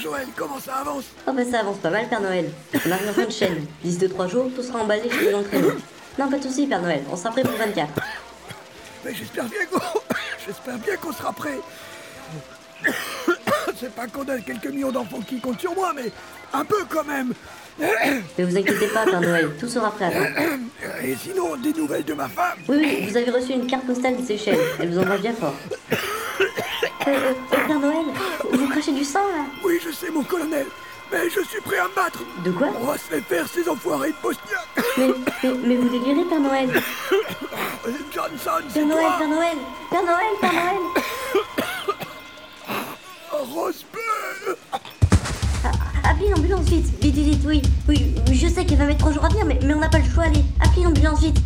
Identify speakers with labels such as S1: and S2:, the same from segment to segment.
S1: Joël, comment ça avance
S2: Oh bah ça avance pas mal Père Noël. On arrive en fin de chaîne. D'ici 2-3 jours, tout sera emballé chez les entraîneurs. Non pas de soucis Père Noël, on sera prêt pour le 24.
S1: Mais j'espère bien qu'on... J'espère bien qu'on sera prêt. C'est pas qu'on a quelques millions d'enfants qui comptent sur moi, mais un peu quand même.
S2: Mais vous inquiétez pas Père Noël, tout sera prêt à temps.
S1: Et sinon, des nouvelles de ma femme
S2: Oui oui, vous avez reçu une carte postale de Seychelles. Elle vous envoie bien fort. Euh, euh, euh, Père Noël, vous crachez du sang là
S1: Oui, je sais, mon colonel. Mais je suis prêt à me battre.
S2: De quoi
S1: On va se les faire, ces enfoirés de Bosniaques.
S2: mais, mais, mais vous délirez Père Noël
S1: Johnson, c'est
S2: Père Noël,
S1: toi
S2: Père Noël Père Noël, Père Noël
S1: Rose bleue
S2: Ah, Appelez l'ambulance vite Vite, vite, vite, oui Oui, je sais qu'elle va mettre trois jours à venir, mais, mais on n'a pas le choix, allez Appelez l'ambulance vite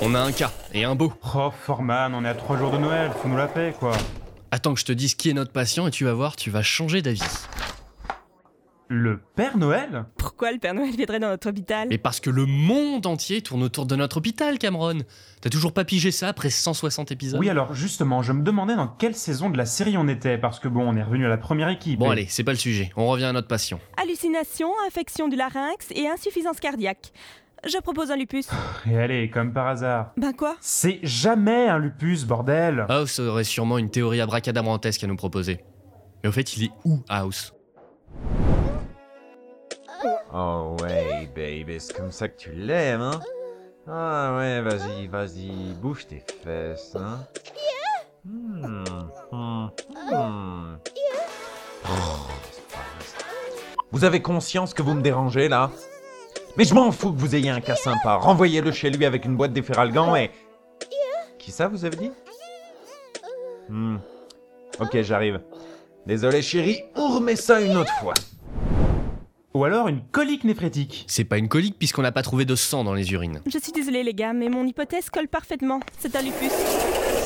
S3: On a un cas et un beau.
S4: Oh, Forman, on est à trois jours de Noël, faut nous la paix, quoi.
S3: Attends que je te dise qui est notre patient et tu vas voir, tu vas changer d'avis.
S4: Le Père Noël
S5: Pourquoi le Père Noël viendrait dans notre hôpital
S3: Mais parce que le monde entier tourne autour de notre hôpital, Cameron. T'as toujours pas pigé ça après 160 épisodes
S4: Oui, alors justement, je me demandais dans quelle saison de la série on était, parce que bon, on est revenu à la première équipe.
S3: Bon
S4: et-
S3: allez, c'est pas le sujet, on revient à notre patient.
S5: Hallucinations, infection du larynx et insuffisance cardiaque. Je propose un lupus.
S4: Et allez, comme par hasard.
S5: Ben quoi
S4: C'est jamais un lupus, bordel
S3: House aurait sûrement une théorie abracadabrantesque à nous proposer. Mais au fait, il est où, House
S6: Oh ouais, baby, c'est comme ça que tu l'aimes, hein Ah ouais, vas-y, vas-y, bouge tes fesses, hein Hmm, hmm, hmm. Oh, c'est pas vrai, ça. Vous avez conscience que vous me dérangez, là Mais je m'en fous que vous ayez un cas sympa. Renvoyez-le chez lui avec une boîte d'efferalgan et... Qui ça, vous avez dit Hmm. Ok, j'arrive. Désolé, chérie, on remet ça une autre fois.
S4: Ou alors une colique néphrétique.
S3: C'est pas une colique puisqu'on n'a pas trouvé de sang dans les urines.
S5: Je suis désolée les gars, mais mon hypothèse colle parfaitement. C'est un lupus.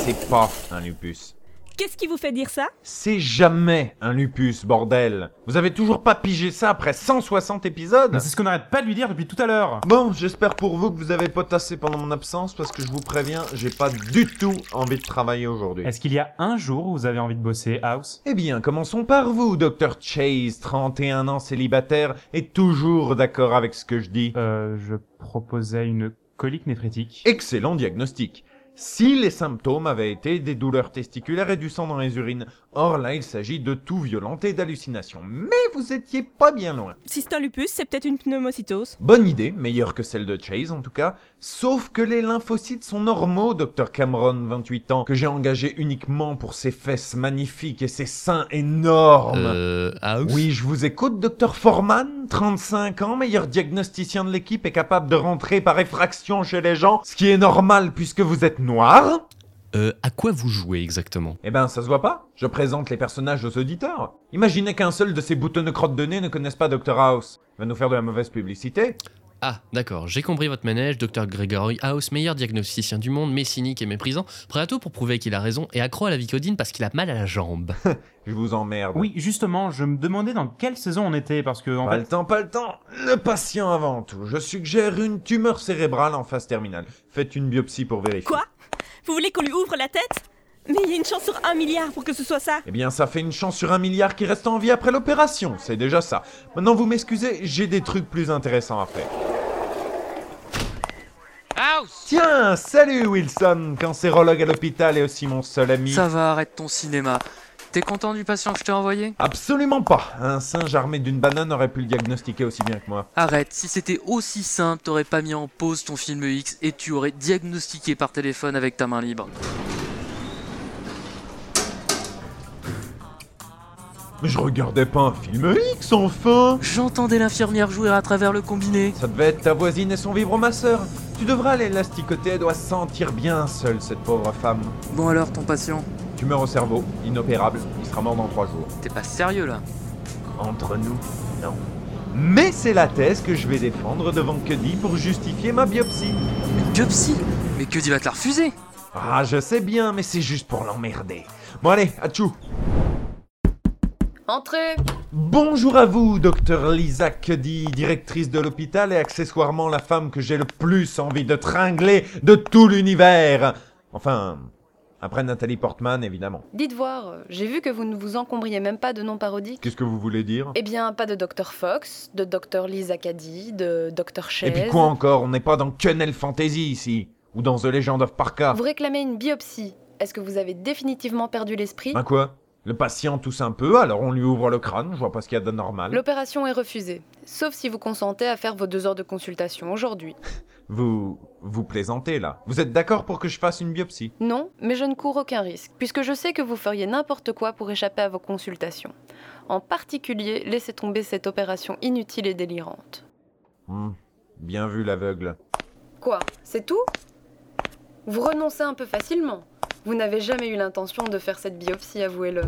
S6: C'est pas un lupus.
S5: Qu'est-ce qui vous fait dire ça
S6: C'est jamais un lupus, bordel. Vous avez toujours pas pigé ça après 160 épisodes
S3: Ah.
S4: Mais c'est ce qu'on n'arrête pas de lui dire depuis tout à l'heure
S6: Bon, j'espère pour vous que vous avez potassé pendant mon absence parce que je vous préviens, j'ai pas du tout envie de travailler aujourd'hui.
S4: Est-ce qu'il y a un jour où vous avez envie de bosser, House
S6: Eh bien, commençons par vous, Dr Chase, 31 ans célibataire et toujours d'accord avec ce que je dis.
S4: Euh, je proposais une colique néphrétique.
S6: Excellent diagnostic. Si les symptômes avaient été des douleurs testiculaires et du sang dans les urines, or là il s'agit de tout violenté et d'hallucinations. Mais vous étiez pas bien loin.
S5: Si c'est un lupus, c'est peut-être une pneumocytose.
S6: Bonne idée, meilleure que celle de Chase en tout cas, sauf que les lymphocytes sont normaux, Dr Cameron, 28 ans, que j'ai engagé uniquement pour ses fesses magnifiques et ses seins énormes.
S3: Euh, House
S6: Oh, Oui, je vous écoute, Dr Forman, 35 ans, meilleur diagnosticien de l'équipe et capable de rentrer par effraction chez les gens, ce qui est normal puisque vous êtes noir.
S3: Euh, à quoi vous jouez exactement
S6: Eh ben, ça se voit pas. Je présente les personnages aux auditeurs. Imaginez qu'un seul de ces boutonneux crottes de nez ne connaisse pas Dr House. Il va nous faire de la mauvaise publicité.
S3: Ah, d'accord, j'ai compris votre manège, Dr Gregory House, meilleur diagnosticien du monde, mais cynique et méprisant, prêt à tout pour prouver qu'il a raison et accro à la vicodine parce qu'il a mal à la jambe.
S6: Je vous emmerde.
S4: Oui, justement, je me demandais dans quelle saison on était, parce que en
S6: Pas
S4: fait...
S6: le temps, pas le temps. Le patient avant tout. Je suggère une tumeur cérébrale en phase terminale. Faites une biopsie pour vérifier.
S5: Quoi Vous voulez qu'on lui ouvre la tête Mais il y a une chance sur un milliard pour que ce soit ça.
S6: eh bien, ça fait une chance sur un milliard qui reste en vie après l'opération, c'est déjà ça. Maintenant, vous m'excusez, j'ai des trucs plus intéressants à faire. Tiens, salut Wilson, cancérologue à l'hôpital et aussi mon seul ami.
S7: Ça va, arrête ton cinéma. T'es content du patient que je t'ai envoyé
S6: Absolument pas. Un singe armé d'une banane aurait pu le diagnostiquer aussi bien que moi.
S7: Arrête, si c'était aussi simple, t'aurais pas mis en pause ton film X et tu aurais diagnostiqué par téléphone avec ta main libre.
S6: Mais je regardais pas un film X enfin.
S7: J'entendais l'infirmière jouer à travers le combiné.
S6: Ça devait être ta voisine et son vibromasseur. Tu devras l'élasticoter, elle doit sentir bien seule, cette pauvre femme.
S7: Bon alors, ton patient,
S6: Tumeur au cerveau, inopérable, il sera mort dans trois jours.
S7: t'es pas sérieux là
S6: Entre nous, non. Mais c'est la thèse que je vais défendre devant Cuddy pour justifier ma biopsie.
S7: Mais que psy Mais que dit va te la refuser
S6: Ah, je sais bien, mais c'est juste pour l'emmerder. Bon allez, atchou
S8: Entrez
S6: Bonjour à vous, docteur Lisa Cuddy, directrice de l'hôpital et accessoirement la femme que j'ai le plus envie de tringler de tout l'univers. Enfin, après Nathalie Portman, évidemment.
S8: Dites voir, euh, j'ai vu que vous ne vous encombriez même pas de noms parodiques.
S6: Qu'est-ce que vous voulez dire
S8: Eh bien, pas de Dr Fox, de Dr Lisa Caddy, de Dr Chaise.
S6: Et puis quoi encore On n'est pas dans Kennel Fantasy ici, ou dans The Legend of Parka.
S8: Vous réclamez une biopsie. Est-ce que vous avez définitivement perdu l'esprit
S6: Ben quoi Le patient tousse un peu, alors on lui ouvre le crâne, je vois pas ce qu'il y a de normal.
S8: L'opération est refusée, sauf si vous consentez à faire vos deux heures de consultation aujourd'hui.
S6: Vous... vous plaisantez là. Vous êtes d'accord pour que je fasse une biopsie
S8: Non, mais je ne cours aucun risque, puisque je sais que vous feriez n'importe quoi pour échapper à vos consultations. En particulier, laissez tomber cette opération inutile et délirante.
S6: Hmm, Bien vu l'aveugle.
S8: Quoi C'est tout Vous renoncez un peu facilement. Vous n'avez jamais eu l'intention de faire cette biopsie, avouez-le.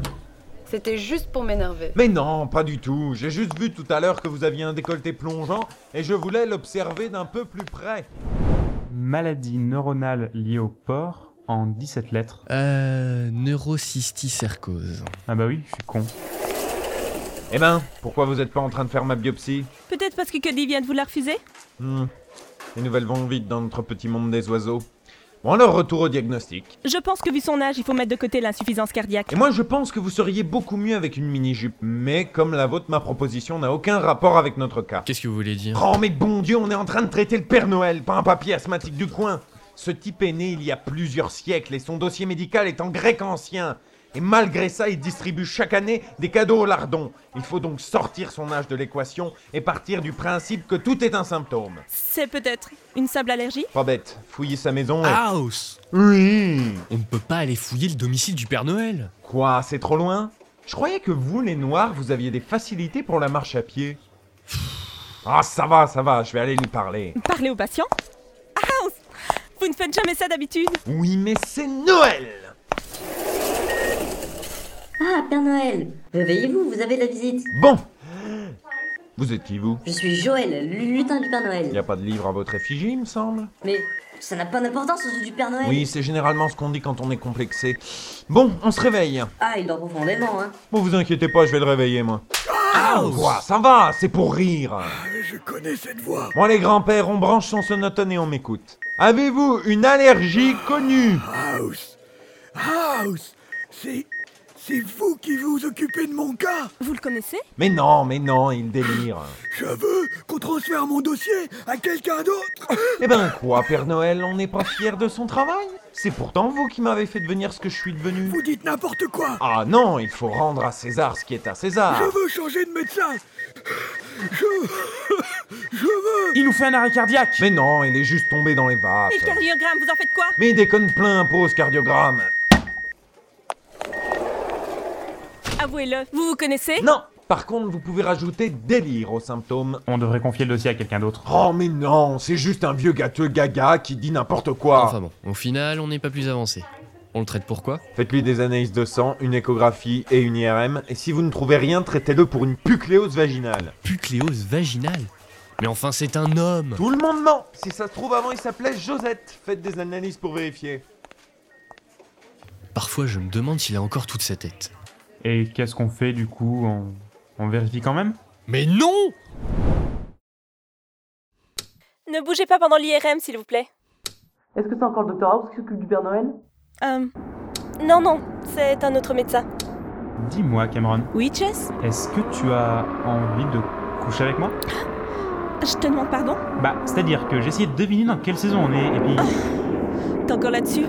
S8: C'était juste pour m'énerver.
S6: Mais non, pas du tout. J'ai juste vu tout à l'heure que vous aviez un décolleté plongeant et je voulais l'observer d'un peu plus près.
S4: Maladie neuronale liée au porc en 17 lettres.
S3: Euh, neurocysticercose.
S4: Ah bah oui, je suis con.
S6: Eh ben, pourquoi vous êtes pas en train de faire ma biopsie
S5: Peut-être parce que Cuddy vient de vous la refuser
S6: Hmm, Les nouvelles vont vite dans notre petit monde des oiseaux. Bon alors, retour au diagnostic.
S5: Je pense que vu son âge, il faut mettre de côté l'insuffisance cardiaque.
S6: Et moi, je pense que vous seriez beaucoup mieux avec une mini-jupe, mais comme la vôtre, ma proposition n'a aucun rapport avec notre cas.
S3: Qu'est-ce que vous voulez dire
S6: Oh mais bon Dieu, on est en train de traiter le Père Noël, pas un papier asthmatique du coin. Ce type est né il y a plusieurs siècles et son dossier médical est en grec ancien. Et malgré ça, il distribue chaque année des cadeaux aux lardons. Il faut donc sortir son âge de l'équation et partir du principe que tout est un symptôme.
S5: C'est peut-être une simple allergie
S6: Pas bête, fouiller sa maison et...
S3: House
S6: Oui
S3: On ne peut pas aller fouiller le domicile du Père Noël
S6: Quoi, c'est trop loin Je croyais que vous, les Noirs, vous aviez des facilités pour la marche à pied. Ah, ça va, ça va, je vais aller lui parler.
S5: Parlez aux patients House Vous ne faites jamais ça d'habitude
S6: Oui, mais c'est Noël
S2: Ah, Père Noël, réveillez-vous, vous avez de la visite.
S6: Bon Vous êtes qui, vous
S2: Je suis Joël, le lutin du Père Noël.
S6: Il a pas de livre à votre effigie, il me semble
S2: Mais ça n'a pas d'importance au du Père Noël.
S6: Oui, c'est généralement ce qu'on dit quand on est complexé. Bon, on se réveille.
S2: Ah, il dort profondément, hein.
S6: Bon, vous inquiétez pas, je vais le réveiller, moi. Quoi Ça va, c'est pour rire.
S1: Mais je connais cette voix.
S6: Bon, les grands-pères, on branche son sonotone et on m'écoute. Avez-vous une allergie connue
S1: House. House. C'est. C'est vous qui vous occupez de mon cas.
S5: Vous le connaissez
S6: Mais non, mais non, il délire.
S1: Je veux qu'on transfère mon dossier à quelqu'un d'autre.
S6: Eh ben quoi, Père Noël, on n'est pas fier de son travail C'est pourtant vous qui m'avez fait devenir ce que je suis devenu.
S1: Vous dites n'importe quoi.
S6: Ah non, il faut rendre à César ce qui est à César.
S1: Je veux changer de médecin. Je. Je veux.
S4: Il nous fait un arrêt cardiaque
S6: Mais non, il est juste tombé dans les vapes.
S5: Et le cardiogramme, vous en faites quoi
S6: Mais il déconne plein, pause cardiogramme.
S5: Avouez-le, vous vous connaissez
S6: Non Par contre, vous pouvez rajouter délire aux symptômes.
S4: On devrait confier le dossier à quelqu'un d'autre.
S6: Oh mais non, c'est juste un vieux gâteux gaga qui dit n'importe quoi.
S3: Enfin bon, au final, on n'est pas plus avancé. On le traite pourquoi
S6: Faites-lui des analyses de sang, une échographie et une IRM, et si vous ne trouvez rien, traitez-le pour une pucléose vaginale.
S3: Pucléose vaginale Mais enfin, c'est un homme
S6: Tout le monde ment Si ça se trouve avant, il s'appelait Josette. Faites des analyses pour vérifier.
S3: Parfois, je me demande s'il a encore toute sa tête.
S4: Et qu'est-ce qu'on fait du coup on... on vérifie quand même
S3: Mais non
S5: Ne bougez pas pendant l'IRM, s'il vous plaît.
S9: Est-ce que c'est encore le docteur House qui s'occupe du Père Noël
S5: Euh... Non, non, c'est un autre médecin.
S4: Dis-moi, Cameron,
S5: Oui, Chess
S4: est-ce que tu as envie de coucher avec moi
S5: Je te demande pardon
S4: Bah, c'est-à-dire que j'essayais de deviner dans quelle saison on est, et puis...
S5: T'es encore là-dessus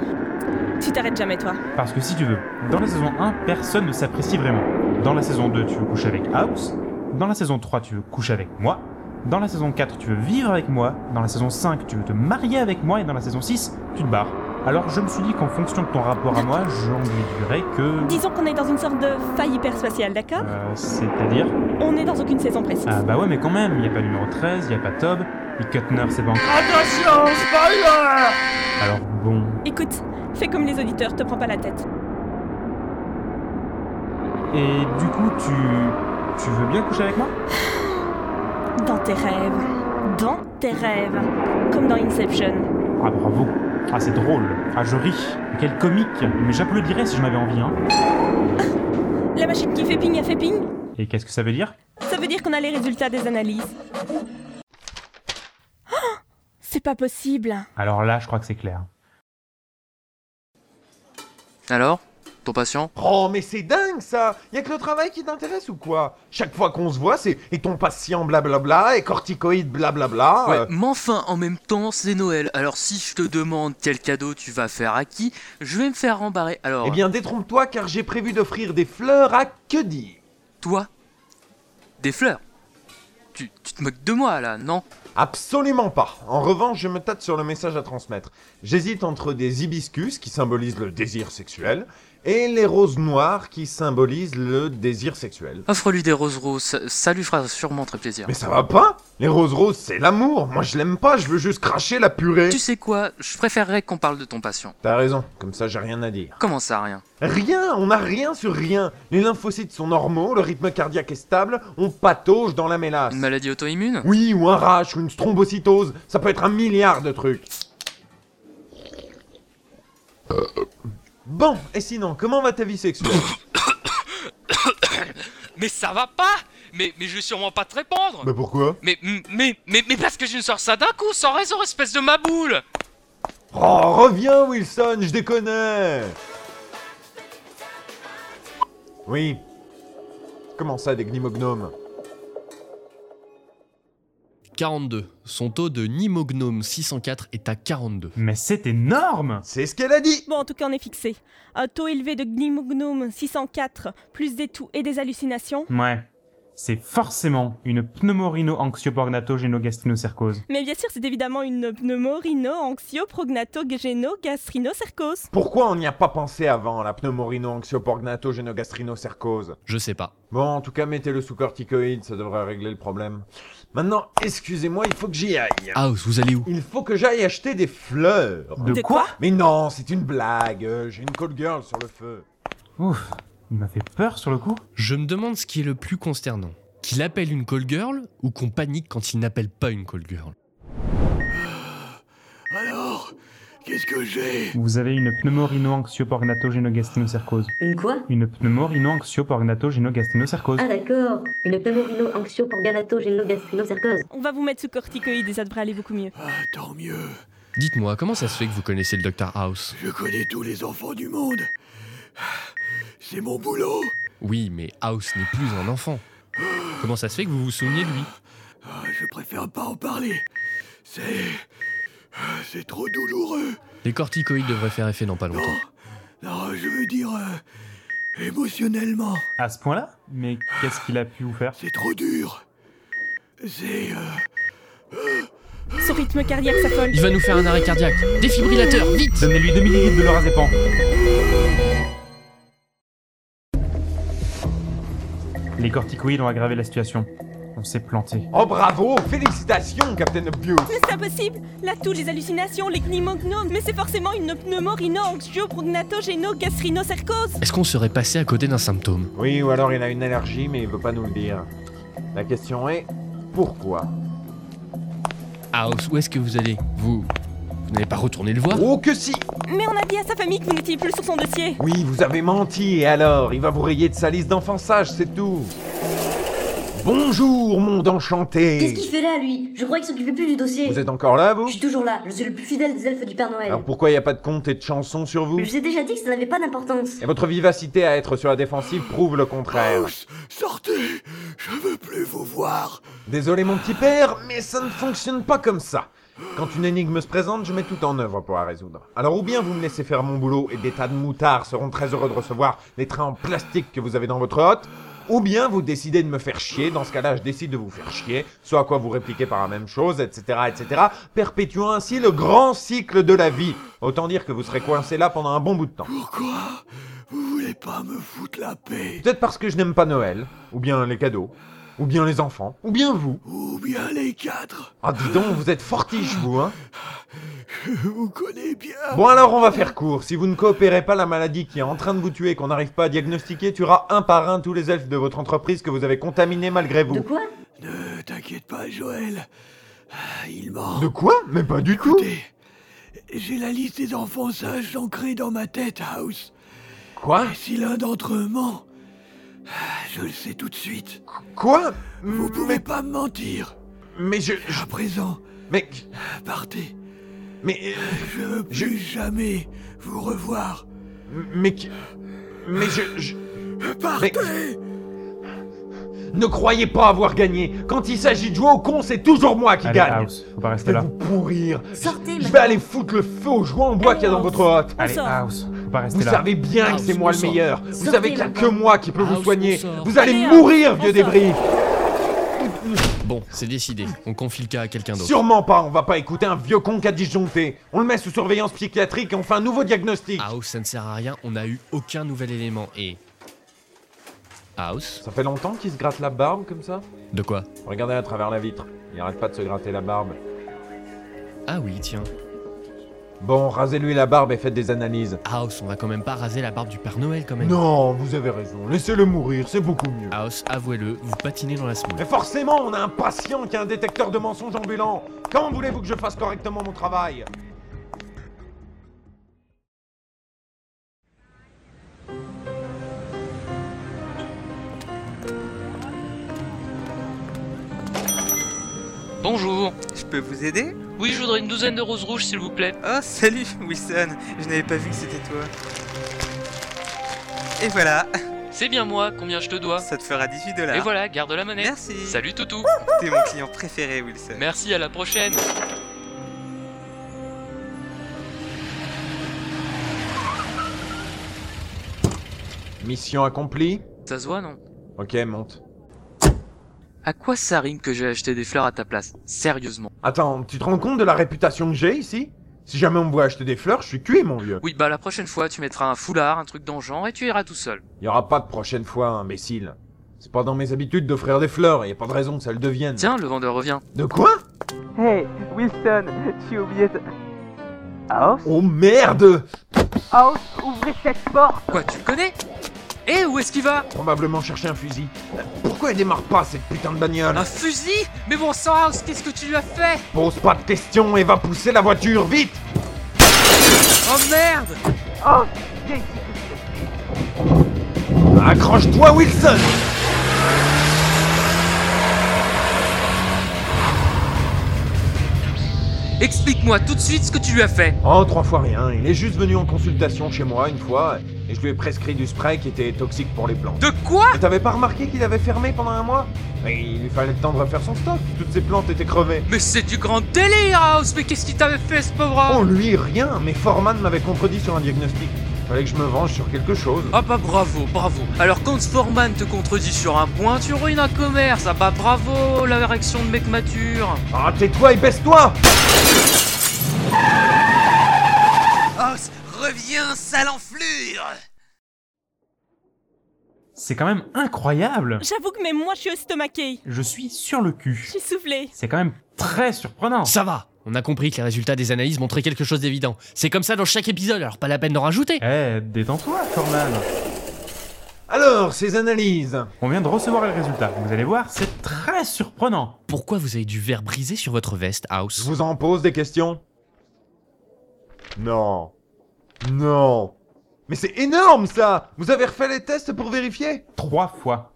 S5: Tu t'arrêtes jamais, toi.
S4: Parce que si tu veux, dans la saison 1, personne ne s'apprécie vraiment. Dans la saison 2, tu veux coucher avec House. Dans la saison 3, tu veux coucher avec moi. Dans la saison 4, tu veux vivre avec moi. Dans la saison 5, tu veux te marier avec moi. Et dans la saison 6, tu te barres. Alors je me suis dit qu'en fonction de ton rapport à moi, j'en déduirais que...
S5: Disons qu'on est dans une sorte de faille hyperspatiale, d'accord
S4: Euh, C'est-à-dire
S5: On n'est dans aucune saison précise.
S4: Ah bah ouais, mais quand même, il a pas numéro 13, il a pas Tob. Et Kuttner s'évente.
S7: Attention, spoiler
S4: Alors bon.
S5: Écoute, fais comme les auditeurs, te prends pas la tête.
S4: Et du coup, tu. Tu veux bien coucher avec moi
S5: Dans tes rêves. Dans tes rêves. Comme dans Inception.
S4: Ah bravo Ah c'est drôle Ah je ris Quel comique Mais j'applaudirais si j'en avais envie, hein
S5: La machine qui fait ping a fait ping
S4: Et qu'est-ce que ça veut dire
S5: Ça veut dire qu'on a les résultats des analyses. Ah C'est pas possible.
S4: Alors là, je crois que c'est clair.
S7: Alors Ton patient
S6: Oh, mais c'est dingue ça Y a que le travail qui t'intéresse ou quoi Chaque fois qu'on se voit, c'est et ton patient blablabla, et corticoïde blablabla.
S7: Ouais,
S6: euh,
S7: mais enfin, en même temps, c'est Noël. Alors si je te demande quel cadeau tu vas faire à qui, je vais me faire embarrer. Alors,
S6: Eh bien, détrompe-toi car j'ai prévu d'offrir des fleurs à que dire.
S7: toi Des fleurs tu, tu te moques de moi, là, non
S6: Absolument pas. En revanche, je me tâte sur le message à transmettre. J'hésite entre des hibiscus qui symbolisent le désir sexuel et les roses noires qui symbolisent le désir sexuel.
S7: Offre-lui des roses roses, ça, ça lui fera sûrement très plaisir.
S6: Mais ça va pas Les roses roses, c'est l'amour. Moi, je l'aime pas, je veux juste cracher la purée.
S7: Tu sais quoi Je préférerais qu'on parle de ton patient.
S6: T'as raison, comme ça, j'ai rien à dire.
S7: Comment ça, rien
S6: Rien, on n'a rien sur rien. Les lymphocytes sont normaux, le rythme cardiaque est stable, on patauge dans la mélasse.
S7: Une maladie auto-immune
S6: Oui, ou un rash, ou une thrombocytose, ça peut être un milliard de trucs.
S7: Euh,
S6: Bon, et sinon, comment va ta vie sexuelle
S7: Mais ça va pas mais, mais je vais sûrement pas te répondre
S6: Bah pourquoi
S7: Mais, mais, mais, mais parce que je ne sors ça d'un coup, sans raison, espèce de maboule
S6: Oh, reviens Wilson, je déconne Oui. Comment ça, des gnomognomes
S3: 42. Son taux de Nimognome 604 est à 42.
S4: Mais c'est énorme
S6: C'est ce qu'elle a dit
S5: Bon, en tout cas, on est fixé. Un taux élevé de Gnimognome 604, plus des toux et des hallucinations.
S4: Ouais. C'est forcément une pneumorhino-anxioporgnatogénogastrinocércose.
S5: Mais bien sûr, c'est évidemment une pneumorhino anxioprognato gastrinocercose.
S6: Pourquoi on n'y a pas pensé avant, la pneumorhino anxioporgnato génogastrinocercose
S3: Je sais pas.
S6: Bon, en tout cas, mettez-le sous corticoïde, ça devrait régler le problème. Maintenant, excusez-moi, il faut que j'y aille.
S3: House, vous allez où
S6: Il faut que j'aille acheter des fleurs.
S4: De quoi
S6: Mais non, c'est une blague. euh, J'ai une call girl sur le feu.
S4: Ouf Il m'a fait peur sur le coup
S3: Je me demande ce qui est le plus consternant. Qu'il appelle une call girl ou qu'on panique quand il n'appelle pas une call girl
S1: Alors, qu'est-ce que j'ai
S4: Vous avez une pneumorhino-anxioporgnatogénogastrinocércose.
S2: Une quoi
S4: Une pneumorhino-anxioporgnatogénogastrinocércose.
S2: Ah d'accord, une pneumorhino anxio porganato génogastrinocercose.
S5: On va vous mettre sous corticoïdes et ça devrait aller beaucoup mieux.
S1: Ah, tant mieux.
S3: Dites-moi, comment ça se fait que vous connaissez le Dr House
S1: Je connais tous les enfants du monde. C'est mon boulot.
S3: Oui, mais House n'est plus un enfant. Comment ça se fait que vous vous souveniez de lui
S1: Ah, Je préfère pas en parler. C'est. ah, C'est trop douloureux.
S3: Les corticoïdes devraient faire effet dans pas longtemps.
S1: Non, non, je veux dire. euh, émotionnellement,
S4: À ce point-là Mais qu'est-ce qu'il a pu vous faire
S1: c'est trop dur. C'est. euh,
S5: Ce rythme cardiaque s'affole.
S3: Il va nous faire un arrêt cardiaque. Défibrillateur, vite
S4: Donnez-lui 2 millilitres de lorazépam. Les corticoïdes ont aggravé la situation. On s'est planté.
S6: Oh bravo, félicitations, Captain Obvious.
S5: Mais c'est impossible La toux, les hallucinations, les gnimognoses, mais c'est forcément une pneumorhino anxioprognato gastrinocercose.
S3: Est-ce qu'on serait passé à côté d'un symptôme
S6: Oui, ou alors il a une allergie, mais il veut pas nous le dire. La question est pourquoi
S3: House, où est-ce que vous allez Vous. Vous n'allez pas retourner le
S2: Bah.
S3: voir
S6: Oh que si
S5: Mais on a dit à sa famille que vous n'étiez plus sur son dossier.
S6: Oui, vous avez menti, et alors Il va vous rayer de sa liste d'enfants sages, c'est tout. Bonjour, monde
S2: Qu'est-ce
S6: enchanté
S2: qu'il fait là lui Je crois qu'il s'occupait plus du dossier.
S6: Vous êtes Ah encore là, vous
S2: Je suis toujours là, je suis le plus fidèle des elfes du Père Noël.
S6: Alors pourquoi y a pas de contes et de chansons sur vous
S2: Mais je vous ai déjà dit que ça n'avait pas d'importance.
S6: Et votre vivacité à être sur la défensive prouve le
S2: Oh,
S6: contraire.
S1: House, sortez Je veux plus vous voir.
S6: Désolé mon petit père, mais ça ne fonctionne pas comme ça. Quand une énigme se présente, je mets tout en œuvre pour la résoudre. Alors ou bien vous me laissez faire mon boulot et des tas de moutards seront très heureux de recevoir les trains en plastique que vous avez dans votre hotte, ou bien vous décidez de me faire chier, dans ce cas-là je décide de vous faire chier, soit à quoi vous répliquez par la même chose, etc., etc., perpétuant ainsi le grand cycle de la vie. Autant dire que vous serez coincé là pendant un bon bout de temps.
S1: Pourquoi Vous voulez pas me foutre la paix
S6: Peut-être parce que je n'aime pas Noël, ou bien les cadeaux, ou bien les enfants, ou bien vous.
S1: Ou bien les quatre.
S6: Ah, dis donc, vous êtes fortiche, vous, hein
S1: Vous connaissez bien.
S6: Bon, alors on va faire court. Si vous ne coopérez pas, la maladie qui est en train de vous tuer et qu'on n'arrive pas à diagnostiquer tuera un par un tous les elfes de votre entreprise que vous avez contaminés malgré vous.
S2: De quoi
S1: Ne t'inquiète pas, Joël. Ah, Il ment.
S6: De quoi Mais pas du tout
S1: Écoutez, j'ai la liste des enfants sages ancrée dans ma tête, House.
S6: Quoi
S1: Et si l'un d'entre eux ment, ah, je le sais tout de suite.
S6: Quoi
S1: Vous pouvez pas me mentir.
S6: Mais je...
S1: Et À présent,
S6: Mais...
S1: partez.
S6: Mais... euh,
S1: Je ne veux
S6: Je-
S1: plus jamais vous revoir.
S6: Mais... Mais je... je...
S1: Partez
S6: Ne croyez pas avoir gagné. Quand il s'agit de jouer au con, c'est toujours moi qui
S4: Allez,
S6: gagne.
S4: House, faut pas
S6: Je
S4: rester
S6: vais
S4: là.
S6: vous pourrir.
S2: Sortez
S6: Je vais
S2: maintenant.
S6: aller foutre le feu aux joints en bois qu'il y a dans votre hotte.
S4: Allez,
S5: sort.
S4: House, faut pas rester
S6: Vous
S4: là.
S6: savez bien que
S3: House,
S6: c'est moi
S3: on
S6: le
S3: sort.
S6: meilleur. Vous
S2: Sortez
S6: savez qu'il n'y a
S2: maintenant.
S6: que moi qui peux vous
S3: House, on
S6: soigner.
S3: sort.
S6: Vous allez
S5: Allez, House,
S6: mourir,
S5: on
S6: vieux
S5: sort.
S6: débris.
S3: Bon, c'est décidé. On confie le cas à quelqu'un d'autre.
S6: Sûrement pas, on va pas écouter un vieux con qui a disjoncté. On le met sous surveillance psychiatrique et on fait un nouveau diagnostic.
S4: Ah.
S3: House, ça ne sert à rien. On n'a eu aucun nouvel élément. Et. House
S6: Ça fait longtemps qu'il se gratte la barbe comme ça
S3: De quoi
S6: Regardez à travers la vitre. Il arrête pas de se gratter la barbe.
S3: Ah oui, tiens.
S6: Bon, rasez-lui la barbe et faites des analyses.
S3: House, on va quand même pas raser la barbe du Père Noël quand même.
S6: Non, vous avez raison. Laissez-le mourir, c'est beaucoup mieux.
S3: House, avouez-le, vous patinez dans la semoule.
S6: Mais forcément, on a un patient qui a un détecteur de mensonges ambulant. Comment voulez-vous que je fasse correctement mon travail
S7: Bonjour.
S10: Je peux vous aider
S7: Oui, je voudrais une douzaine de roses rouges, s'il vous plaît.
S10: Oh, salut Wilson Je n'avais pas vu que c'était toi. Et voilà,
S7: C'est bien moi, combien je te dois
S10: ça te fera 18 dollars.
S7: Et voilà, garde la monnaie.
S10: Merci
S7: Salut Toutou.
S10: T'es mon client préféré, Wilson.
S7: Merci, à la prochaine.
S6: Mission accomplie
S7: Ça se voit, non
S6: Ok, monte.
S7: À quoi ça rime que j'ai acheté des fleurs à ta place Sérieusement.
S6: Attends, tu te rends compte de la réputation que j'ai ici Si jamais on me voit acheter des fleurs, je suis cuit, mon vieux.
S7: Oui, bah la prochaine fois, tu mettras un foulard, un truc dans le genre, et tu iras tout seul.
S6: Il y aura pas de prochaine fois, imbécile. C'est pas dans mes habitudes d'offrir des fleurs, y a pas de raison que ça le devienne.
S7: Tiens, le vendeur revient.
S6: De quoi
S11: Hey, Wilson, tu as oublié de... House
S6: Oh merde
S11: House, ouvrez cette porte
S7: Quoi, tu le connais Eh, où est-ce qu'il va
S6: Probablement chercher un fusil. Euh, Pourquoi elle démarre pas cette putain de bagnole
S7: Un fusil Mais bon sang, House, qu'est-ce que tu lui as fait
S6: Pose pas de questions et va pousser la voiture, vite
S7: Oh merde
S11: House, viens ici.
S6: Accroche-toi, Wilson
S7: Explique-moi tout de suite ce que tu lui as fait.
S6: Oh, trois fois rien. Il est juste venu en consultation chez moi une fois et je lui ai prescrit du spray qui était toxique pour les plantes.
S7: De quoi
S6: Mais t'avais pas remarqué qu'il avait fermé pendant un mois Mais il lui fallait le temps de refaire son stock. Toutes ses plantes étaient crevées.
S7: Mais c'est du grand délire, House Mais qu'est-ce qu'il t'avait fait, ce pauvre homme
S6: Oh, lui, rien. Mais Foreman m'avait contredit sur un diagnostic. Fallait que je me venge sur quelque chose.
S7: Ah bah bravo, bravo. Alors quand ce Foreman te contredit sur un point, tu ruines un commerce. Ah bah bravo, la réaction de mec mature.
S6: Ah, tais-toi et baisse-toi
S10: House, reviens, sale enflure
S4: C'est quand même incroyable
S5: J'avoue que même moi, je suis estomaquée.
S4: Je suis sur le
S5: Je
S4: cul.
S5: suis soufflée.
S4: C'est quand même très surprenant.
S3: Ça va On a compris que les résultats des analyses montraient quelque chose d'évident. C'est comme ça dans chaque épisode, alors pas la peine d'en rajouter.
S4: Eh, détends-toi, Forman.
S6: Alors, ces analyses
S4: On vient de recevoir les résultats. Vous allez voir, c'est très surprenant.
S3: Pourquoi vous avez du verre brisé sur votre veste,
S6: Je
S3: House
S6: vous en pose des questions Non. Non. Mais c'est énorme ça Vous avez refait les tests pour vérifier
S4: Trois fois.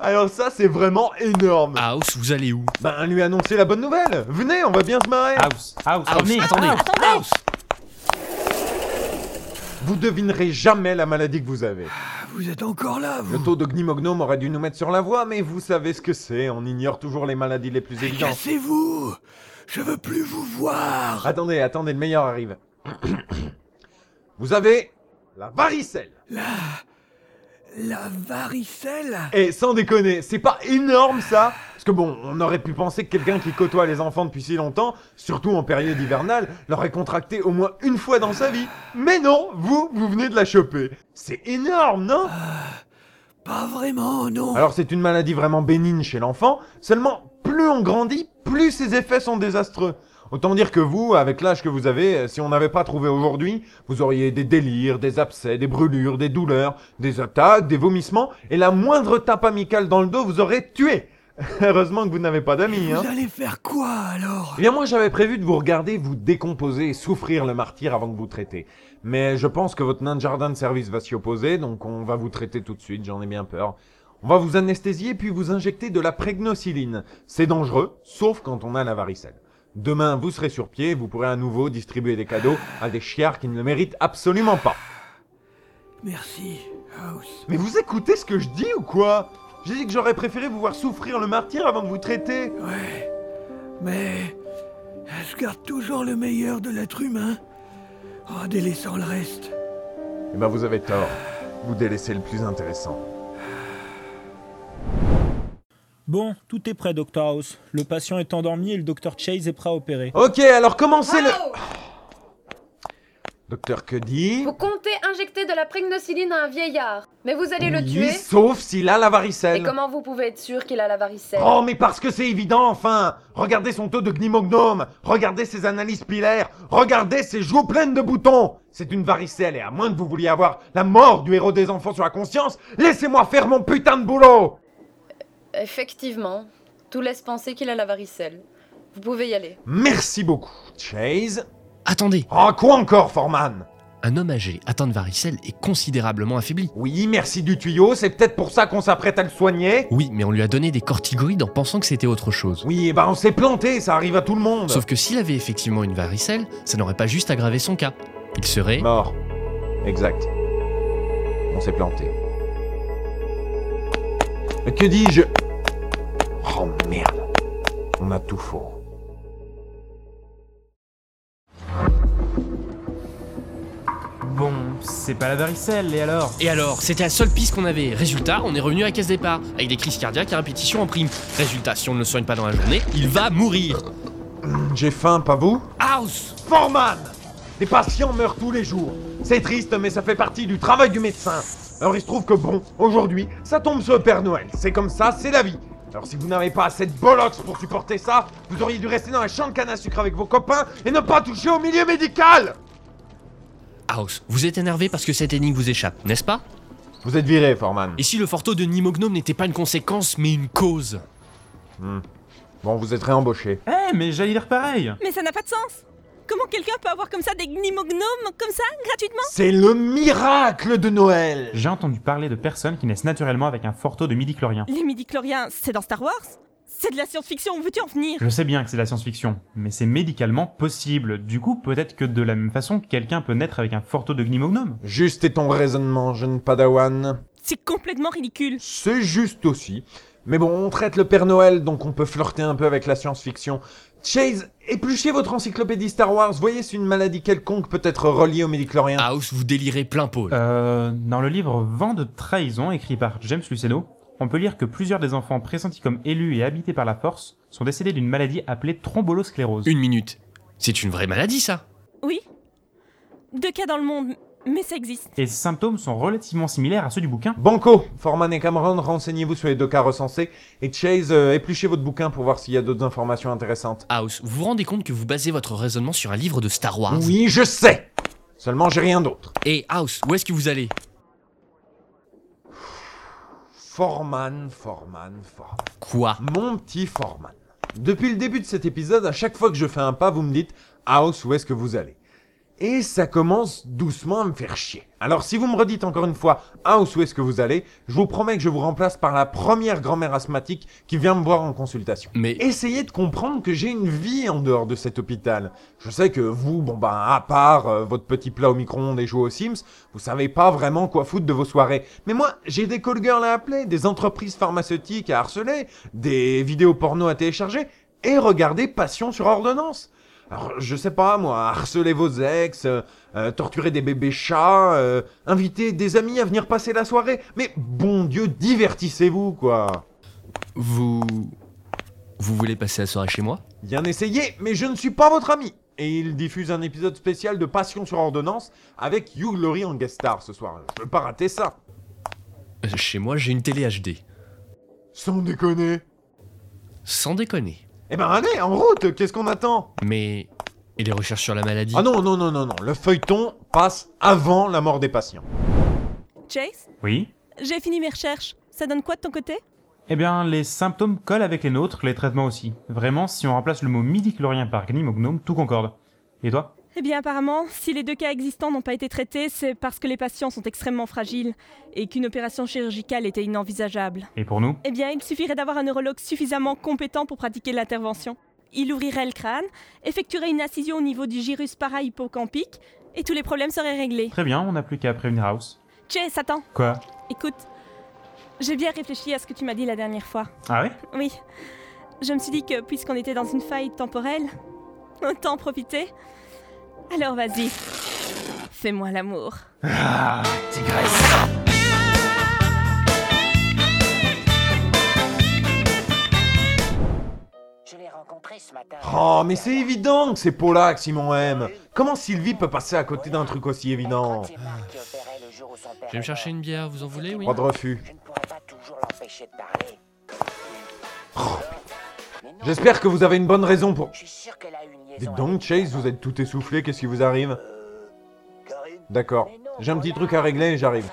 S6: Alors ça, c'est vraiment énorme.
S3: House, vous allez où
S6: Ben, lui annoncer la bonne nouvelle. Venez, on va bien se marrer.
S4: House, House,
S3: House,
S4: revenez.
S3: attendez House
S6: Vous devinerez jamais la maladie que vous avez.
S1: Vous êtes encore là,
S6: Le
S1: vous
S6: taux de gnimognome aurait dû nous mettre sur la voie, mais vous savez ce que c'est. On ignore toujours les maladies les plus évidentes.
S1: Cassez-vous Je veux plus vous voir
S6: Attendez, attendez, le meilleur arrive. vous avez la varicelle.
S1: La varicelle
S6: Et Eh, sans déconner, c'est pas énorme ça Parce que bon, on aurait pu penser que quelqu'un qui côtoie les enfants depuis si longtemps, surtout en période hivernale, l'aurait contracté au moins une fois dans sa vie. Mais non, vous, vous venez de la choper. C'est énorme, non
S1: Pas vraiment, non.
S6: Alors c'est une maladie vraiment bénigne chez l'enfant, seulement plus on grandit, plus ses effets sont désastreux. Autant dire que vous, avec l'âge que vous avez, euh, si on n'avait pas trouvé aujourd'hui, vous auriez des délires, des abcès, des brûlures, des douleurs, des attaques, des vomissements, et la moindre tape amicale dans le dos vous aurait tué. Heureusement que vous n'avez pas d'amis, hein.
S1: Vous allez faire quoi alors
S6: Eh bien moi j'avais prévu de vous regarder vous décomposer et souffrir le martyr avant que vous traitez. Mais je pense que votre nain de jardin de service va s'y opposer, donc on va vous traiter tout de suite, j'en ai bien peur. On va vous anesthésier puis vous injecter de la prégnocilline. C'est dangereux, sauf quand on a la varicelle. Demain vous serez sur pied, vous pourrez à nouveau distribuer des cadeaux à des chiards qui ne le méritent absolument pas.
S1: Merci, House.
S6: Mais vous écoutez ce que je dis ou quoi J'ai dit que j'aurais préféré vous voir souffrir le martyr avant que vous traitez.
S1: Ouais. Mais je garde toujours le meilleur de l'être humain en délaissant le reste.
S6: Eh ben vous avez tort. Vous délaissez le plus intéressant.
S12: Bon, tout est prêt, Dr House. Le patient est endormi et le Dr Chase est prêt à opérer.
S6: Ok, alors commencez le... Docteur Cuddy
S8: Vous comptez injecter de la prégnocilline à un vieillard, mais vous allez le
S6: Oui,
S8: tuer.
S6: sauf s'il a la varicelle.
S8: Et comment vous pouvez être sûr qu'il a la varicelle
S6: Oh, mais parce que c'est évident, enfin Regardez son taux de gnymognome, regardez ses analyses pilaires, regardez ses joues pleines de boutons C'est une varicelle, et à moins que vous vouliez avoir la mort du héros des enfants sur la conscience, laissez-moi faire mon putain de boulot
S8: Effectivement, tout laisse penser qu'il a la varicelle. Vous pouvez y aller.
S6: Merci beaucoup, Chase.
S3: Attendez
S6: Oh, quoi encore, Foreman
S3: Un homme âgé atteint de varicelle est considérablement affaibli.
S6: Oui, merci du tuyau, c'est peut-être pour ça qu'on s'apprête à le soigner.
S3: Oui, mais on lui a donné des corticoïdes en pensant que c'était autre chose.
S6: Oui, et ben on s'est planté, ça arrive à tout le monde.
S3: Sauf que s'il avait effectivement une varicelle, ça n'aurait pas juste aggravé son cas. Il serait...
S6: Mort. Exact. On s'est planté. Euh, Que dis-je Oh merde. On a tout faux.
S4: Bon, c'est pas la varicelle, et alors
S3: Et alors, c'était la seule piste qu'on avait. Résultat, on est revenu à la caisse départ, avec des crises cardiaques à répétition en prime. Résultat, si on ne le soigne pas dans la journée, il va mourir.
S6: J'ai faim, pas vous
S3: House
S6: Foreman Des patients meurent tous les jours. C'est triste, mais ça fait partie du travail du médecin. Alors il se trouve que bon, aujourd'hui, ça tombe sur le Père Noël. C'est comme ça, c'est la vie. Alors si vous n'avez pas assez de bollocks pour supporter ça, vous auriez dû rester dans la chambre de canne à sucre avec vos copains et ne pas toucher au milieu médical
S3: House, vous êtes énervé parce que cette énigme vous échappe, n'est-ce pas
S6: Vous êtes viré, Foreman.
S3: Et si le forteau de Nimognome n'était pas une conséquence, mais une cause
S6: Hmm. Bon, vous êtes réembauché.
S4: Eh, mais j'allais dire pareil
S5: Mais ça n'a pas de sens Comment quelqu'un peut avoir comme ça des gnimognomes, comme ça, gratuitement
S6: C'est le miracle de Noël
S4: J'ai entendu parler de personnes qui naissent naturellement avec un fort taux de midi-chlorien.
S5: Les midi-chloriens, c'est dans Star Wars C'est de la science-fiction, où veux-tu en venir
S4: Je sais bien que c'est de la science-fiction, mais c'est médicalement possible. Du coup, peut-être que de la même façon, quelqu'un peut naître avec un fort taux de gnymognome.
S6: Juste est ton raisonnement, jeune padawan.
S5: C'est complètement ridicule
S6: C'est juste aussi. Mais bon, on traite le Père Noël, donc on peut flirter un peu avec la science-fiction. Chase, épluchez votre encyclopédie Star Wars, voyez si une maladie quelconque peut être reliée au médiclorien.
S3: House, vous délirez plein pot. là.
S4: Euh, dans le livre Vent de trahison, écrit par James Luceno, on peut lire que plusieurs des enfants pressentis comme élus et habités par la force sont décédés d'une maladie appelée thrombolosclérose.
S3: Une minute. C'est une vraie maladie, ça
S5: Oui Deux cas dans le monde, mais ça existe.
S4: Et ces symptômes sont relativement similaires à ceux du bouquin.
S6: Banco, Foreman et Cameron, renseignez-vous sur les deux cas recensés. Et Chase, euh, épluchez votre bouquin pour voir s'il y a d'autres informations intéressantes.
S3: House, vous vous rendez compte que vous basez votre raisonnement sur un livre de Star Wars
S6: Oui, je sais Seulement, j'ai rien d'autre.
S3: Et House, où est-ce que vous allez
S6: Foreman, Foreman, Foreman.
S3: Quoi
S6: Mon petit Foreman. Depuis le début de cet épisode, à chaque fois que je fais un pas, vous me dites House, où est-ce que vous allez Et ça commence doucement à me faire chier. Alors si vous me redites encore une fois House, où est-ce que vous allez Je vous promets que je vous remplace par la première grand-mère asthmatique qui vient me voir en consultation.
S3: Mais
S6: Essayez de comprendre que j'ai une vie en dehors de cet hôpital. Je sais que vous, bon ben, à part euh, votre petit plat au micro-ondes et jouer aux Sims, vous savez pas vraiment quoi foutre de vos soirées. Mais moi, j'ai des call girls à appeler, des entreprises pharmaceutiques à harceler, des vidéos porno à télécharger et regarder Passion sur ordonnance. Alors, je sais pas, moi, harceler vos ex, euh, euh, torturer des bébés chats, euh, inviter des amis à venir passer la soirée. Mais bon Dieu, divertissez-vous, quoi.
S3: vous... Vous voulez passer la soirée chez moi
S6: Bien essayé, mais je ne suis pas votre ami. Et il diffuse un épisode spécial de Passion sur ordonnance avec Hugh Laurie en guest star ce soir. Je veux pas rater ça.
S3: Euh, Chez moi, j'ai une télé HD.
S6: Sans déconner.
S3: Sans déconner.
S6: Eh ben allez, en route, qu'est-ce qu'on attend
S3: Mais. Et les recherches sur la maladie
S6: Ah non, non, non, non, non, le feuilleton passe avant la mort des patients.
S5: Chase
S4: Oui
S5: J'ai fini mes recherches. Ça donne quoi de ton côté
S4: Eh bien, les symptômes collent avec les nôtres, les traitements aussi. Vraiment, si on remplace le mot midi-chlorien par gnimognome, tout concorde. Et toi
S5: Eh bien, apparemment, si les deux cas existants n'ont pas été traités, c'est parce que les patients sont extrêmement fragiles et qu'une opération chirurgicale était inenvisageable.
S4: Et pour nous
S5: Eh bien, il suffirait d'avoir un neurologue suffisamment compétent pour pratiquer l'intervention. Il ouvrirait le crâne, effectuerait une incision au niveau du gyrus parahippocampique et tous les problèmes seraient réglés.
S4: Très bien, on n'a plus qu'à prévenir House.
S5: Chase, attends.
S4: Quoi
S5: Écoute, j'ai bien réfléchi à ce que tu m'as dit la dernière fois.
S4: Ah ouais
S5: Oui. Je me suis dit que puisqu'on était dans une faille temporelle, autant en profiter. Alors vas-y. Fais-moi l'amour.
S10: Ah, tigresse
S6: Oh, mais c'est évident que c'est Pollack, Simon M. Comment Sylvie peut passer à côté d'un truc aussi évident
S3: Je vais me chercher une bière, vous en voulez oui
S6: Pas de refus. J'espère que vous avez une bonne raison pour. Dites donc, Chase, vous êtes tout essoufflé, qu'est-ce qui vous arrive D'accord, j'ai un petit truc à régler et j'arrive.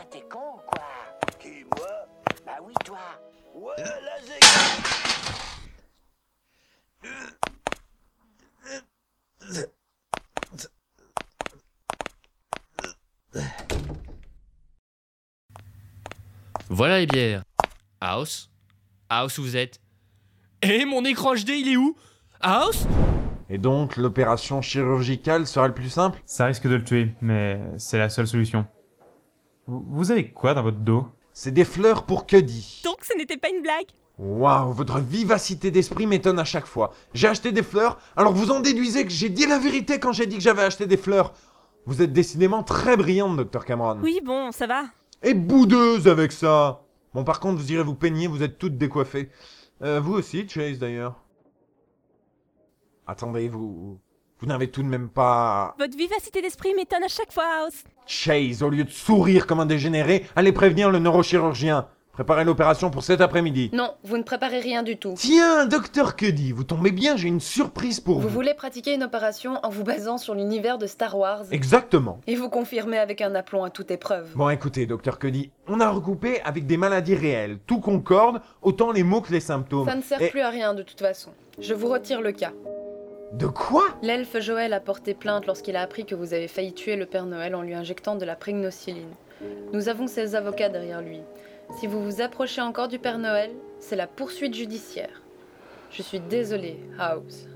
S3: Voilà les bières. House House, où vous êtes Et mon écran HD, il est où House
S6: Et donc, l'opération chirurgicale sera le plus simple
S4: Ça risque de le tuer, mais c'est la seule solution. Vous vous avez quoi dans votre dos
S6: C'est des fleurs pour Cuddy.
S5: Donc ce n'était pas une blague
S6: Waouh, votre vivacité d'esprit m'étonne à chaque fois. J'ai acheté des fleurs, alors vous en déduisez que j'ai dit la vérité quand j'ai dit que j'avais acheté des fleurs. Vous êtes décidément très brillante, docteur Cameron.
S5: Oui, bon, ça va.
S6: Et boudeuse avec ça Bon, par contre, vous irez vous peigner, vous êtes toutes décoiffées. Euh, vous aussi, Chase, d'ailleurs. Attendez, vous... Vous n'avez tout de même pas...
S5: Votre vivacité d'esprit m'étonne à chaque fois, House.
S6: Chase, au lieu de sourire comme un dégénéré, allez prévenir le neurochirurgien. Préparez l'opération pour cet après-midi.
S8: Non, vous ne préparez rien du tout.
S6: Tiens, docteur Cuddy, vous tombez bien, j'ai une surprise pour
S8: Vous
S6: vous.
S8: voulez pratiquer une opération en vous basant sur l'univers de Star Wars
S6: Exactement.
S8: et vous confirmez avec un aplomb à toute épreuve.
S6: Bon, écoutez, docteur Cuddy, on a recoupé avec des maladies réelles. Tout concorde, autant les mots que les symptômes.
S8: Ça ne sert
S6: Et-
S8: plus à rien de toute façon. Je vous retire le cas.
S6: De quoi
S8: L'elfe Joël a porté plainte lorsqu'il a appris que vous avez failli tuer le Père Noël en lui injectant de la prégnocilline. Nous avons ses avocats derrière lui. Si vous vous approchez encore du Père Noël, c'est la poursuite judiciaire. Je suis désolée, House.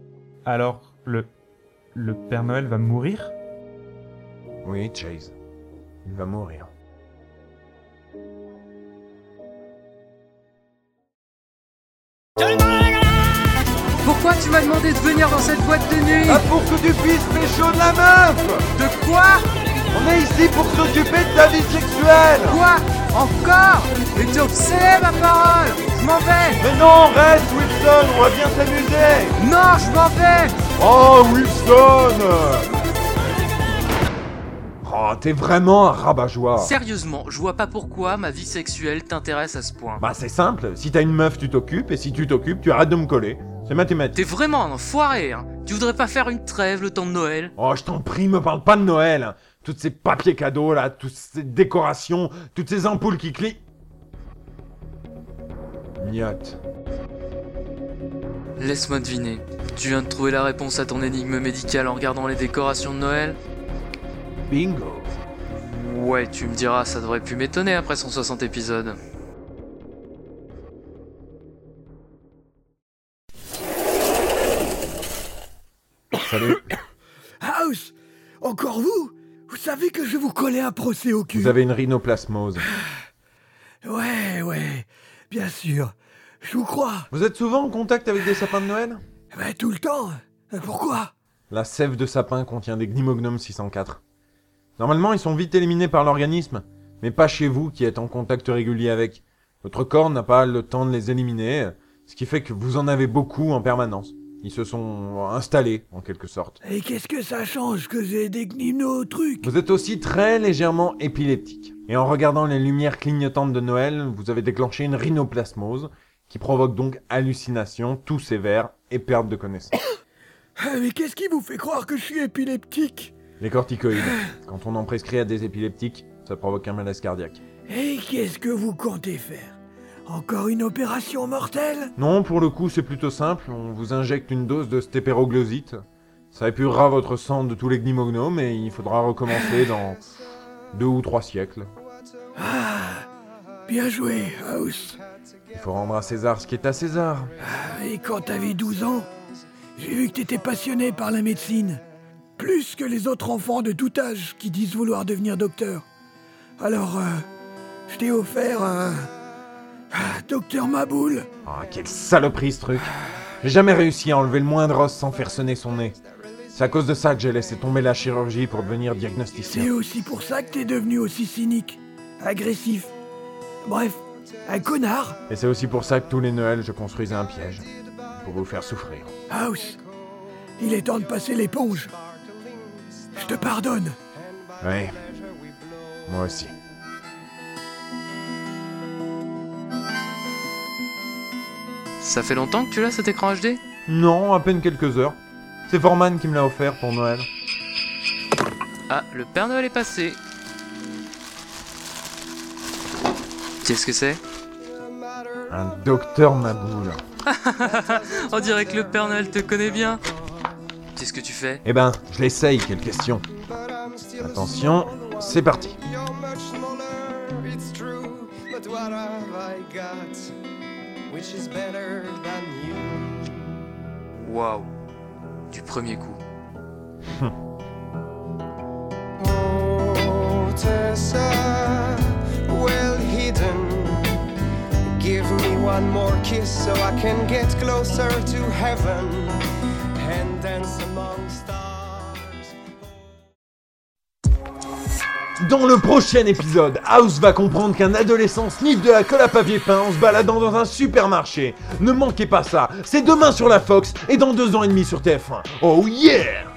S4: Alors, le. Le Père Noël va mourir
S6: Oui, Chase. Il va mourir.
S7: Pourquoi tu m'as demandé de venir dans cette boîte de nuit
S6: Ah, pour que tu puisses pécho de la meuf
S7: De quoi
S6: On est ici pour s'occuper de ta vie sexuelle
S7: Quoi Encore Mais t'es obsédé, ma parole Je m'en vais
S6: Mais non, reste, Wilson, on va bien s'amuser
S7: Non, je m'en vais
S6: Oh, Wilson Oh, t'es vraiment un rabat-joie.
S7: Sérieusement, je vois pas pourquoi ma vie sexuelle t'intéresse à ce point.
S6: Bah, c'est simple, si t'as une meuf, tu t'occupes, et si tu t'occupes, tu arrêtes de me coller. C'est mathématique.
S7: T'es vraiment un enfoiré, hein Tu voudrais pas faire une trêve le temps de Noël
S6: Oh, je t'en prie, me parle pas de Noël. Toutes ces papiers cadeaux là, toutes ces décorations, toutes ces ampoules qui cliquent. Miotte.
S7: Laisse-moi deviner. Tu viens de trouver la réponse à ton énigme médicale en regardant les décorations de Noël
S6: Bingo.
S7: Ouais, tu me diras, ça devrait plus m'étonner après 160 épisodes.
S6: Salut.
S1: House Encore vous Vous savez que je vous collais un procès au cul
S6: Vous avez une rhinoplasmose.
S1: Ouais, ouais, bien sûr. Je vous crois.
S6: Vous êtes souvent en contact avec des sapins de Noël
S1: Bah, tout le temps. Euh, Pourquoi
S6: La sève de sapin contient des gnomognomes 604. Normalement, ils sont vite éliminés par l'organisme, mais pas chez vous qui êtes en contact régulier avec. Votre corps n'a pas le temps de les éliminer, ce qui fait que vous en avez beaucoup en permanence. Ils se sont installés, en quelque sorte.
S1: Et qu'est-ce que ça change que j'ai des gnomos trucs
S6: Vous êtes aussi très légèrement épileptique. Et en regardant les lumières clignotantes de Noël, vous avez déclenché une rhinoplasmose qui provoque donc hallucination, tout sévère et perte de connaissance.
S1: Ah, mais qu'est-ce qui vous fait croire que je suis épileptique
S6: Les corticoïdes, quand on en prescrit à des épileptiques, ça provoque un malaise cardiaque.
S1: Et qu'est-ce que vous comptez faire Encore une opération mortelle
S6: Non, pour le coup, c'est plutôt simple. On vous injecte une dose de stépéroglossite. Ça épurera votre sang de tous les gnomognomes et il faudra recommencer dans deux ou trois siècles.
S1: Bien joué, House.
S6: Il faut rendre à César ce qui est à César.
S1: Et quand t'avais 12 ans, j'ai vu que t'étais passionné par la médecine. Plus que les autres enfants de tout âge qui disent vouloir devenir docteur. Alors, euh, je t'ai offert un... Ah, Docteur Maboul
S6: Ah, quelle saloperie ce truc J'ai jamais réussi à enlever le moindre os sans faire sonner son nez. C'est à cause de ça que j'ai laissé tomber la chirurgie pour devenir diagnosticien.
S1: C'est aussi pour ça que t'es devenu aussi cynique, agressif. Bref, un connard
S6: Et c'est aussi pour ça que tous les Noëls, je construisais un piège. Pour vous faire souffrir.
S1: House, il est temps de passer l'éponge. Je te pardonne.
S6: Oui. Moi aussi.
S7: Ça fait longtemps que tu l'as cet écran HD
S6: Non, à peine quelques heures. C'est Foreman qui me l'a offert pour Noël.
S7: Ah, le Père Noël est passé. Qu'est-ce que c'est
S6: Un docteur Maboul.
S7: On dirait que le Père Noël te connaît bien. Qu'est-ce que tu fais
S6: Eh ben, je l'essaye, quelle question. Attention, c'est parti.
S13: You're much smaller, it's true, but what have I got? Which is better than you?
S7: Waouh. Du premier coup.
S13: Oh, Tessa, well hidden. Give me one more kiss so I can get closer to heaven and dance among stars.
S6: Dans le prochain épisode, House va comprendre qu'un adolescent sniffe de la colle à papier peint en se baladant dans un supermarché. Ne manquez pas ça, c'est demain sur la Fox et dans deux ans et demi sur TF1. Oh yeah